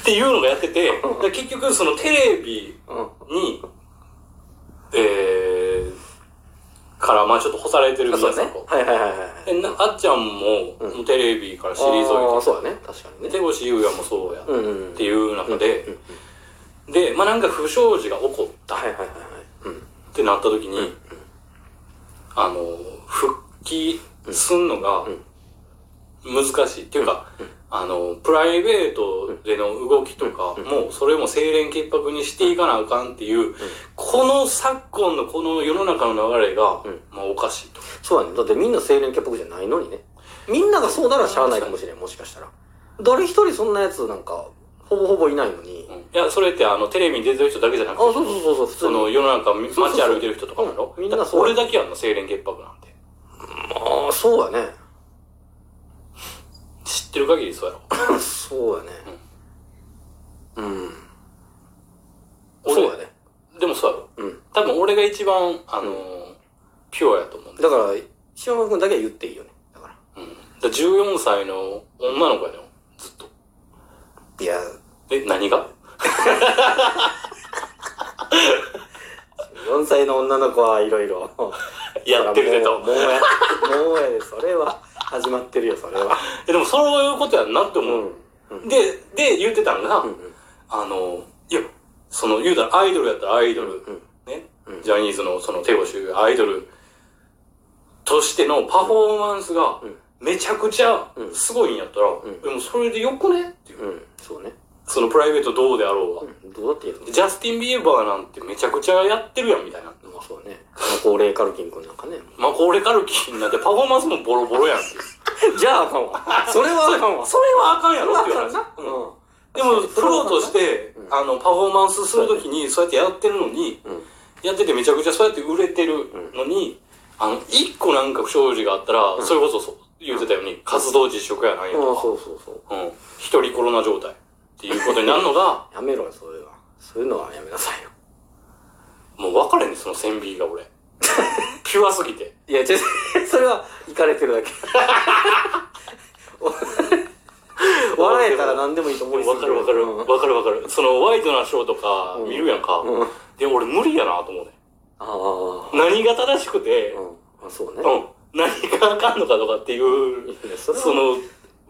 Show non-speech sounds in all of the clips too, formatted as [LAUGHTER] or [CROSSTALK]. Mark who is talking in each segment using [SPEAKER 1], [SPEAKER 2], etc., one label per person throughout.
[SPEAKER 1] っていうのがやってて、で結局そのテレビ
[SPEAKER 2] うん。
[SPEAKER 1] に、えー、からまあちょっと干されてる
[SPEAKER 2] あ、
[SPEAKER 1] みた
[SPEAKER 2] そ
[SPEAKER 1] いう
[SPEAKER 2] だ
[SPEAKER 1] な
[SPEAKER 2] ね
[SPEAKER 1] こ。
[SPEAKER 2] はいはいはいはい。
[SPEAKER 1] と。でなあっちゃんも、
[SPEAKER 2] うん
[SPEAKER 1] もうテレビから退
[SPEAKER 2] あー
[SPEAKER 1] い
[SPEAKER 2] そうだね。確かに
[SPEAKER 1] て、
[SPEAKER 2] ね。
[SPEAKER 1] 手越優也もそうや、
[SPEAKER 2] うんうん。
[SPEAKER 1] っていう中
[SPEAKER 2] うんうん
[SPEAKER 1] で、で、まあなんか不祥事が起こったっ
[SPEAKER 2] はいはいはいはい。うん。
[SPEAKER 1] てなった時に、あの、復帰すんのが
[SPEAKER 2] うん
[SPEAKER 1] 難しい。っていうか、あの、プライベートでの動きとか、もうそれも清廉潔白にしていかなあかんっていう、この昨今のこの世の中の流れが
[SPEAKER 2] うん、
[SPEAKER 1] まあおかしいと。
[SPEAKER 2] そうだね。だってみんな清廉潔白じゃないのにね。みんながそうならしゃあないかもしれん、もしかしたら。誰一人そんなやつなんか、ほぼほぼいないのに。
[SPEAKER 1] うんいや、それってあの、テレビに出てる人だけじゃな
[SPEAKER 2] あ、
[SPEAKER 1] くて、
[SPEAKER 2] そうそうそうそう、普通
[SPEAKER 1] その
[SPEAKER 2] の。
[SPEAKER 1] 世の中、み
[SPEAKER 2] そうそう
[SPEAKER 1] 街歩いてる人とかもやろ
[SPEAKER 2] うんみんなそう
[SPEAKER 1] 俺だけやんの、清廉潔白なんて。
[SPEAKER 2] ああ、そうだね。
[SPEAKER 1] 知ってる限りそうやろ。
[SPEAKER 2] そうだね。うん。
[SPEAKER 1] 俺
[SPEAKER 2] そうだね。
[SPEAKER 1] でもそうやろ。
[SPEAKER 2] うん。
[SPEAKER 1] 多分俺が一番、あのー、ピュアやと思うんだ
[SPEAKER 2] だから、島村君だけは言っていいよね。だから。
[SPEAKER 1] うん。だ14歳の女の子やねん、ずっと。
[SPEAKER 2] いや、
[SPEAKER 1] え、何が
[SPEAKER 2] 4歳の女の子はいろいろ。
[SPEAKER 1] やってるぜと
[SPEAKER 2] もうもうや、もうやで、それは、始まってるよ、それは。
[SPEAKER 1] え、でもそういうことやんなって
[SPEAKER 2] う
[SPEAKER 1] 思う。。で、で、言ってたんが、あの、いや、その、言うたらアイドルやったらアイドル、
[SPEAKER 2] うん
[SPEAKER 1] ね、
[SPEAKER 2] うん
[SPEAKER 1] ジャニーズのその手越しアイドルとしてのパフォーマンスが
[SPEAKER 2] うん、
[SPEAKER 1] めちゃくちゃ
[SPEAKER 2] うん
[SPEAKER 1] すごいんやったら、
[SPEAKER 2] ん
[SPEAKER 1] でもそれでよくねっていう。
[SPEAKER 2] うん。そうね。
[SPEAKER 1] そのプライベートどうであろうが。
[SPEAKER 2] うんどうだって言うの
[SPEAKER 1] ジャスティン・ビーバーなんてめちゃくちゃやってるやんみたいな。
[SPEAKER 2] まあそうね。高齢カルキン君なんかね。
[SPEAKER 1] まあ、これカルキンなんてパフォーマンスもボロボロやんっていう。
[SPEAKER 2] じゃああかんわ。それはあかんわ。
[SPEAKER 1] それはあかんやろっていう
[SPEAKER 2] な
[SPEAKER 1] 話。うん
[SPEAKER 2] うん。、
[SPEAKER 1] でも、プロとしてて
[SPEAKER 2] う、ん
[SPEAKER 1] あの、パフォーマンスするときに、そうやってやってるのに、
[SPEAKER 2] うん。
[SPEAKER 1] やっててめちゃくちゃそうやって売れてるのに、あの、一個なんか不祥事があったら、それこそそう言ってたように、活動自粛やなんや
[SPEAKER 2] あ
[SPEAKER 1] と
[SPEAKER 2] あ、
[SPEAKER 1] か、
[SPEAKER 2] そうそうそう。
[SPEAKER 1] うん、一人コロナ状態っていうことになるのが、
[SPEAKER 2] やめろよ、そういうのは。そういうのはやめなさいよ。
[SPEAKER 1] もう分かれんね、その線引きが [LAUGHS] 俺。ピュアすぎて。
[SPEAKER 2] いや、違う、それは、行かれてるだけ。笑えたら何でもいいと思いす
[SPEAKER 1] 分かる分かる。
[SPEAKER 2] うん
[SPEAKER 1] 分かる分かる。その、ワイドなショーとか見るやんか。
[SPEAKER 2] うん。
[SPEAKER 1] で、俺無理やなと思うね。
[SPEAKER 2] あ
[SPEAKER 1] 何が正しくて、
[SPEAKER 2] あ。うん。あそうね。
[SPEAKER 1] うん。何があかんのかとかっていう、
[SPEAKER 2] いやそ
[SPEAKER 1] そ
[SPEAKER 2] れは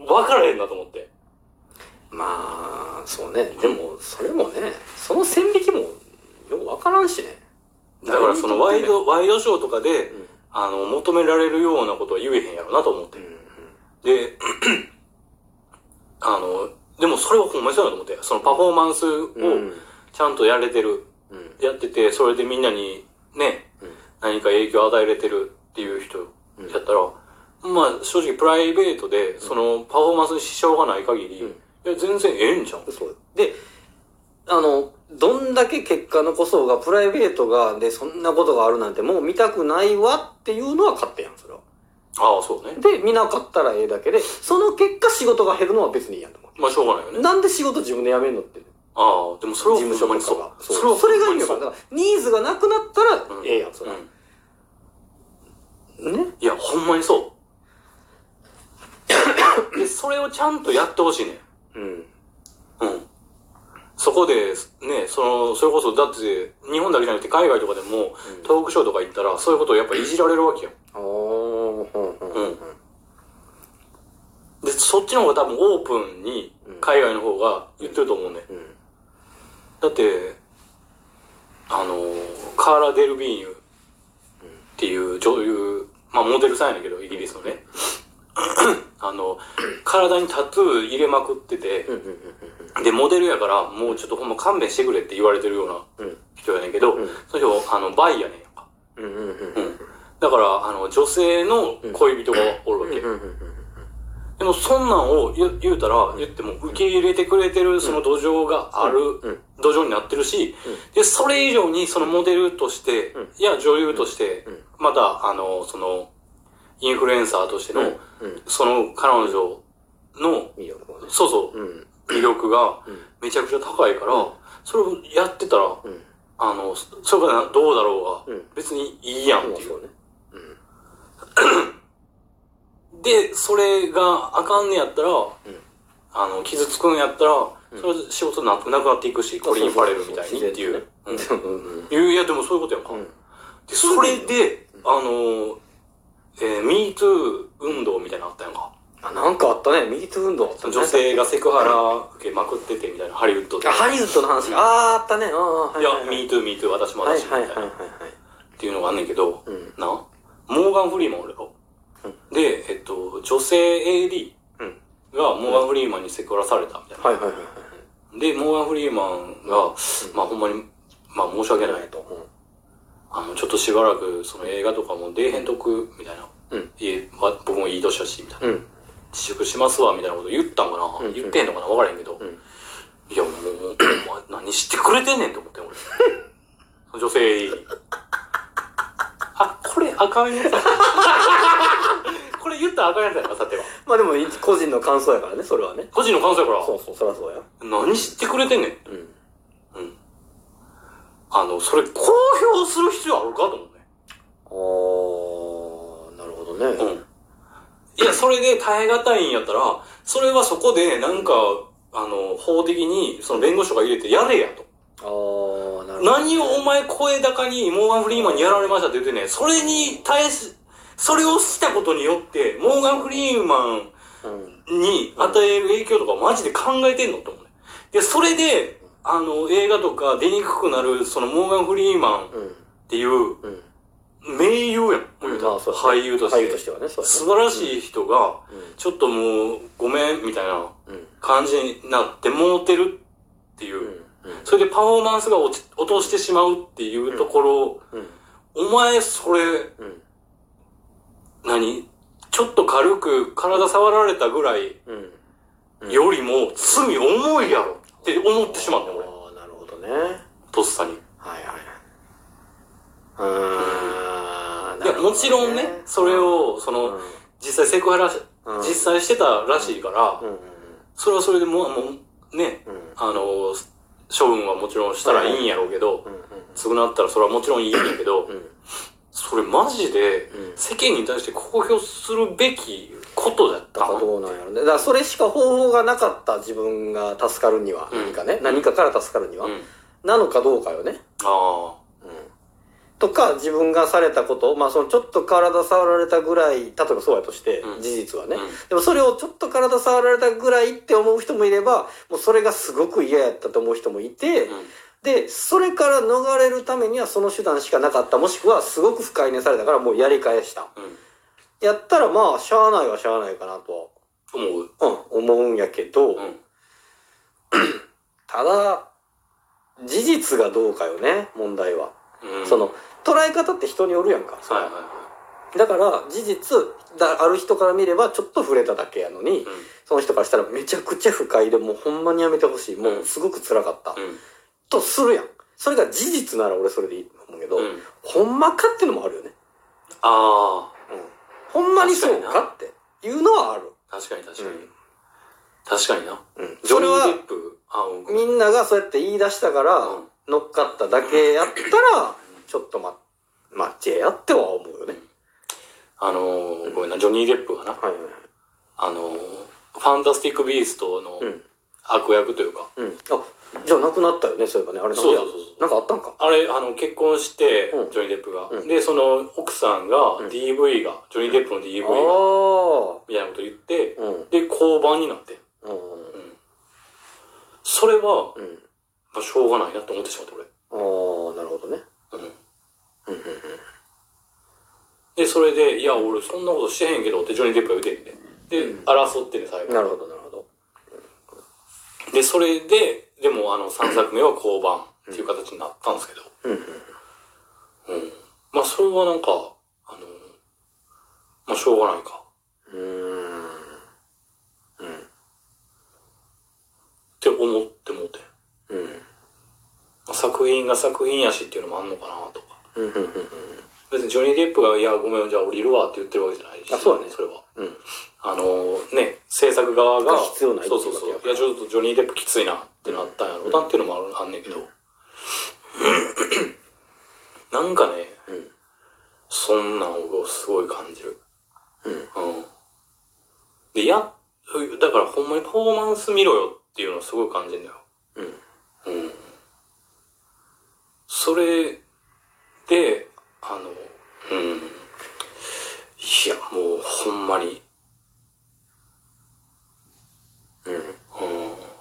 [SPEAKER 1] の、分からへんなと思って。
[SPEAKER 2] まあ、そうね。でも、それもね、その線引きも、よくわからんしね。
[SPEAKER 1] だからそのワイド、ワイドショーとかで、
[SPEAKER 2] うん。
[SPEAKER 1] あの、求められるようなことは言えへんやろなと思って
[SPEAKER 2] う。ん。
[SPEAKER 1] で、 [CLEARS THROAT] あの、でもそれはほんまにそうやなと思って。そのパフォーマンス
[SPEAKER 2] う
[SPEAKER 1] を
[SPEAKER 2] ん。
[SPEAKER 1] ちゃんとやれてる。
[SPEAKER 2] うん。
[SPEAKER 1] やってて、それでみんなにね、
[SPEAKER 2] うん
[SPEAKER 1] 何か影響を与えれてるっていう人やったら、まあ正直プライベートで、そのパフォーマンスに支障がない限り、
[SPEAKER 2] うん
[SPEAKER 1] いや全然ええんじゃん。
[SPEAKER 2] そうであのどんだけ結果残そうがプライベートがでそんなことがあるなんてもう見たくないわっていうのは勝手やんそれは
[SPEAKER 1] ああ、そうね。
[SPEAKER 2] で見なかったらええだけでその結果仕事が減るのは別にいいやんと思
[SPEAKER 1] まあしょうがないよ
[SPEAKER 2] う
[SPEAKER 1] ね。
[SPEAKER 2] なんで仕事自分で辞めるのって
[SPEAKER 1] ああ、でもそれはほ
[SPEAKER 2] 事務
[SPEAKER 1] んま
[SPEAKER 2] 所
[SPEAKER 1] にそ
[SPEAKER 2] と
[SPEAKER 1] う
[SPEAKER 2] かが。
[SPEAKER 1] そ
[SPEAKER 2] そうそれがいいの
[SPEAKER 1] よ
[SPEAKER 2] かだからニーズがなくなったらええやんそれは、ね
[SPEAKER 1] いや、ほんまにそう。 [COUGHS] で、それをちゃんとやってほしいね。
[SPEAKER 2] うん
[SPEAKER 1] うん。そこで、ね、その、それこそ、だって、日本だけじゃなくて海外とかでも、
[SPEAKER 2] うん
[SPEAKER 1] トークショーとか行ったら、そういうことをやっぱいじられるわけよ。
[SPEAKER 2] ああほんほんほん
[SPEAKER 1] うんで、そっちの方が多分オープンに
[SPEAKER 2] うん、
[SPEAKER 1] 海外の方が言ってると思うね。
[SPEAKER 2] うん
[SPEAKER 1] だって、あのー、カーラ・デルビーニュっていう女優、まあモデルさんやねんけど、イギリスのね。
[SPEAKER 2] [LAUGHS]
[SPEAKER 1] あの、体にタトゥー入れまくってて、
[SPEAKER 2] うんうんうん
[SPEAKER 1] で、モデルやから、もうちょっとほんま勘弁してくれって言われてるような
[SPEAKER 2] うん
[SPEAKER 1] 人やねんけど、
[SPEAKER 2] うん
[SPEAKER 1] その人、あの、バイやねんやんか。
[SPEAKER 2] うんうんうんうん
[SPEAKER 1] うん。だから、あの、女性の恋人がおるわけ。
[SPEAKER 2] うんうんうん
[SPEAKER 1] でも、そんなんを言う言うたら、言っても、受け入れてくれてる、その土壌がある
[SPEAKER 2] うん、
[SPEAKER 1] 土壌になってるし
[SPEAKER 2] うん、
[SPEAKER 1] で、それ以上に、そのモデルとして
[SPEAKER 2] うん、
[SPEAKER 1] いや、女優として
[SPEAKER 2] うん、
[SPEAKER 1] また、あの、その、インフルエンサーとして
[SPEAKER 2] う
[SPEAKER 1] の
[SPEAKER 2] ん、うん
[SPEAKER 1] その彼女の、
[SPEAKER 2] いいよこうね
[SPEAKER 1] そうそう、
[SPEAKER 2] うん
[SPEAKER 1] 魅力が
[SPEAKER 2] うん
[SPEAKER 1] めちゃくちゃ高いから、それをやってたら、
[SPEAKER 2] うん
[SPEAKER 1] あの、そそれがどうだろうが
[SPEAKER 2] うん、
[SPEAKER 1] 別にいいやんっていう
[SPEAKER 2] そう。ねうん
[SPEAKER 1] で、それがあかんねやったら、あの、傷つくんやったら、
[SPEAKER 2] うん
[SPEAKER 1] それは仕事なくなくなっていくし、コリン・ファレルみたいにっていう。うん
[SPEAKER 2] 自然とねうん
[SPEAKER 1] いやいや、でもそういうことやんか。
[SPEAKER 2] うん
[SPEAKER 1] で、それで、あのー、えー、MeToo 運動みたいなのあったやんか。
[SPEAKER 2] あ、なんかあったね。右手運動。
[SPEAKER 1] 女性がセクハラ受けまくっててみたいな、ハリウッドで。
[SPEAKER 2] あ、ハリウッドの話。あー、あったね。あーはいい
[SPEAKER 1] や
[SPEAKER 2] は、いはい。
[SPEAKER 1] MeToo、MeToo、私も
[SPEAKER 2] はい
[SPEAKER 1] 私もみたい
[SPEAKER 2] はいはい
[SPEAKER 1] な。
[SPEAKER 2] はいはい。
[SPEAKER 1] っていうのがあんねんけど、
[SPEAKER 2] うん
[SPEAKER 1] な、モーガン・フリーマンおるやろで、えっと、女性 AD
[SPEAKER 2] うん。
[SPEAKER 1] がモーガン・フリーマンにセクハラされたみたいな。
[SPEAKER 2] はいはいはいはい。
[SPEAKER 1] で、モーガン・フリーマンが、まあほんまに、まあ申し訳ないと。あの、ちょっとしばらくその映画とかも出えへんとく、みたいな。
[SPEAKER 2] うん
[SPEAKER 1] いえわ僕もいい年だし、みたいな。
[SPEAKER 2] うん。
[SPEAKER 1] 自粛しますわ、みたいなこと言ったんかな、
[SPEAKER 2] うん
[SPEAKER 1] 言ってへんのかなわからへんけど。
[SPEAKER 2] ん
[SPEAKER 1] いや、もう、もうお前何してくれてんねんと思って、俺。 [LAUGHS] その女性に。あ、これあかんやつや [LAUGHS] これ言ったらあかんやつやな、さては。
[SPEAKER 2] まあでも、個人の感想やからね、それはね。
[SPEAKER 1] 個人の感想やから
[SPEAKER 2] そうそう、そりゃそうや。、
[SPEAKER 1] 何してくれてんねん。
[SPEAKER 2] うん。
[SPEAKER 1] うん。あの、それ公表する必要あるかと思うね。
[SPEAKER 2] あー、なるほどね。
[SPEAKER 1] うん。いや、それで耐え難いんやったら、それはそこで、なんか、あの、法的に、その弁護士が入れてやれやと。
[SPEAKER 2] あー、なるほど。
[SPEAKER 1] 何をお前声高にモーガン・フリーマンにやられましたって言ってね、それに対し、それをしたことによって、モーガン・フリーマン
[SPEAKER 2] うん。
[SPEAKER 1] に与える影響とかマジで考えてんのと思うね。で、それで、あの、映画とか出にくくなる、そのモーガン・フリーマンっ
[SPEAKER 2] うん。
[SPEAKER 1] ていう、
[SPEAKER 2] うん。
[SPEAKER 1] 名優やん、もう言うたら
[SPEAKER 2] まあそう
[SPEAKER 1] 俳優として。
[SPEAKER 2] 俳優としてはね、そうやね
[SPEAKER 1] 素晴らしい人が、
[SPEAKER 2] う。
[SPEAKER 1] ちょっともう、ごめん、みたいなん
[SPEAKER 2] うん。
[SPEAKER 1] 感じになって、もうてるっていうう。
[SPEAKER 2] ん。うん
[SPEAKER 1] それでパフォーマンスが落ち、落としてしまうっていうところ、
[SPEAKER 2] うん。
[SPEAKER 1] お前、それ、
[SPEAKER 2] うん。
[SPEAKER 1] 何ちょっと軽く体触られたぐらい
[SPEAKER 2] うん。うん
[SPEAKER 1] よりも、罪重いやろって思ってしまった、俺。
[SPEAKER 2] あー、なるほどね。
[SPEAKER 1] とっさに。
[SPEAKER 2] はいはいはい。あー
[SPEAKER 1] いや、もちろんね、それ、を、そ
[SPEAKER 2] なるほど
[SPEAKER 1] の、
[SPEAKER 2] ね
[SPEAKER 1] 実際セクハラし、
[SPEAKER 2] うん
[SPEAKER 1] 実際してたらしいから
[SPEAKER 2] うん、うん
[SPEAKER 1] それはそれでもう、もう、ね、
[SPEAKER 2] うん
[SPEAKER 1] あの、処分はもちろんしたらいいんやろうけど、
[SPEAKER 2] うん
[SPEAKER 1] 償ったらそれはもちろんいいんやけど、
[SPEAKER 2] うん
[SPEAKER 1] それマジで
[SPEAKER 2] うん
[SPEAKER 1] 世間に対して公表するべきことだった
[SPEAKER 2] だか
[SPEAKER 1] な
[SPEAKER 2] らどうなんやろね。だからそれしか方法がなかった自分が助かるには、
[SPEAKER 1] うん
[SPEAKER 2] 何かね、何かから助かるには、
[SPEAKER 1] うん。
[SPEAKER 2] なのかどうかよね。
[SPEAKER 1] あ
[SPEAKER 2] とか、自分がされたこと、まあそのちょっと体触られたぐらい、例えばそうやとして、
[SPEAKER 1] うん
[SPEAKER 2] 事実は
[SPEAKER 1] あ。
[SPEAKER 2] ね、でもそれをちょっと体触られたぐらいって思う人もいれば、もうそれがすごく嫌やったと思う人もいて、
[SPEAKER 1] うん。
[SPEAKER 2] で、それから逃れるためにはその手段しかなかった、もしくはすごく不快にされたからもうやり返した。
[SPEAKER 1] うん。
[SPEAKER 2] やったらまあ、しゃあないはしゃあないかなと
[SPEAKER 1] 思う。
[SPEAKER 2] は、うん、思うんやけど、
[SPEAKER 1] うん。
[SPEAKER 2] ただ、事実がどうかよね、問題は。
[SPEAKER 1] うん。
[SPEAKER 2] その、捉え方って人によるやんか。
[SPEAKER 1] はいはいは
[SPEAKER 2] だから、事実、だある人から見ればちょっと触れただけやのに、
[SPEAKER 1] い。
[SPEAKER 2] その人からしたらめちゃくちゃ不快でもうほんまにやめてほしい。もうすごく辛かった。
[SPEAKER 1] うん。
[SPEAKER 2] とするやん。それが事実なら俺それでいいと思うけど、
[SPEAKER 1] うん。うん。
[SPEAKER 2] ほんまかってのもあるよね。
[SPEAKER 1] あ
[SPEAKER 2] うん。ほんまにそう
[SPEAKER 1] 確か
[SPEAKER 2] かっていうのはある。
[SPEAKER 1] あ。確かに確か
[SPEAKER 2] う
[SPEAKER 1] に
[SPEAKER 2] ん。
[SPEAKER 1] 確かにな。
[SPEAKER 2] うん。
[SPEAKER 1] ジ
[SPEAKER 2] そ
[SPEAKER 1] ョニ
[SPEAKER 2] れ
[SPEAKER 1] ー・デ
[SPEAKER 2] は
[SPEAKER 1] ップ。あ、うん。
[SPEAKER 2] みんながそうやって言い出したから
[SPEAKER 1] うん
[SPEAKER 2] 乗っかっただけやったら、ちょっとま、待っちゃえやっては思うよね。
[SPEAKER 1] あのー、ごめんな、ジョニー・デップがな。
[SPEAKER 2] はいはい
[SPEAKER 1] あのー、ファンタスティック・ビーストの
[SPEAKER 2] うん。
[SPEAKER 1] 悪役というか、
[SPEAKER 2] うん。あ、じゃあなくなったよね、そういえばね。あれなんで
[SPEAKER 1] そうそうそうそう
[SPEAKER 2] なんかあったんか。
[SPEAKER 1] あれ、あの、結婚して、
[SPEAKER 2] うん
[SPEAKER 1] ジョニー・デップが。
[SPEAKER 2] うん
[SPEAKER 1] で、その、奥さんが
[SPEAKER 2] ん
[SPEAKER 1] DV が、ジョニー・デップの DV
[SPEAKER 2] あ
[SPEAKER 1] が、
[SPEAKER 2] あ。
[SPEAKER 1] みたいなこと言って、
[SPEAKER 2] うん。
[SPEAKER 1] で、交番になって。
[SPEAKER 2] うん。
[SPEAKER 1] それは、
[SPEAKER 2] うん。
[SPEAKER 1] まあ、しょうがないなと思ってしまって、俺。
[SPEAKER 2] ああ、なるほどね。
[SPEAKER 1] うん。
[SPEAKER 2] うんうんうん。
[SPEAKER 1] で、それで、いや、俺そんなことしてへんけどって、ジョニー・デップが言ってんで。で、争ってね、最後。
[SPEAKER 2] なるほど、なるほど。
[SPEAKER 1] で、それで、でも、あの、3作目は交番っていう形になったんですけど。
[SPEAKER 2] うんうん。
[SPEAKER 1] うん。まあ、それはなんか、あの、まあ、しょうがないか。
[SPEAKER 2] うーん。
[SPEAKER 1] って思ってもうて。
[SPEAKER 2] うん。
[SPEAKER 1] まあ作品が作品やしっていうのもあんのかなとか。
[SPEAKER 2] うんうんうん
[SPEAKER 1] 別にジョニー・デップが、いや、ごめん、じゃあ降りるわって言ってるわけじゃないし。
[SPEAKER 2] あそうだね
[SPEAKER 1] それは。
[SPEAKER 2] うん。うん。
[SPEAKER 1] あのね、制作側が、
[SPEAKER 2] が必要ないって
[SPEAKER 1] そ
[SPEAKER 2] いうう
[SPEAKER 1] そうそう。
[SPEAKER 2] わけ
[SPEAKER 1] いや、ちょっとジョニー・デップきついなってなったんやろうなっていうのもあるあんねんけど。 [COUGHS] なんかね、
[SPEAKER 2] うん
[SPEAKER 1] そんなんをすごい感じる。
[SPEAKER 2] うん
[SPEAKER 1] うん。で、や、だからほんまにパフォーマンス見ろよっていうのをすごい感じるんだよ。
[SPEAKER 2] うん。
[SPEAKER 1] うん。それで、あの、うん。いや、もうほんまに、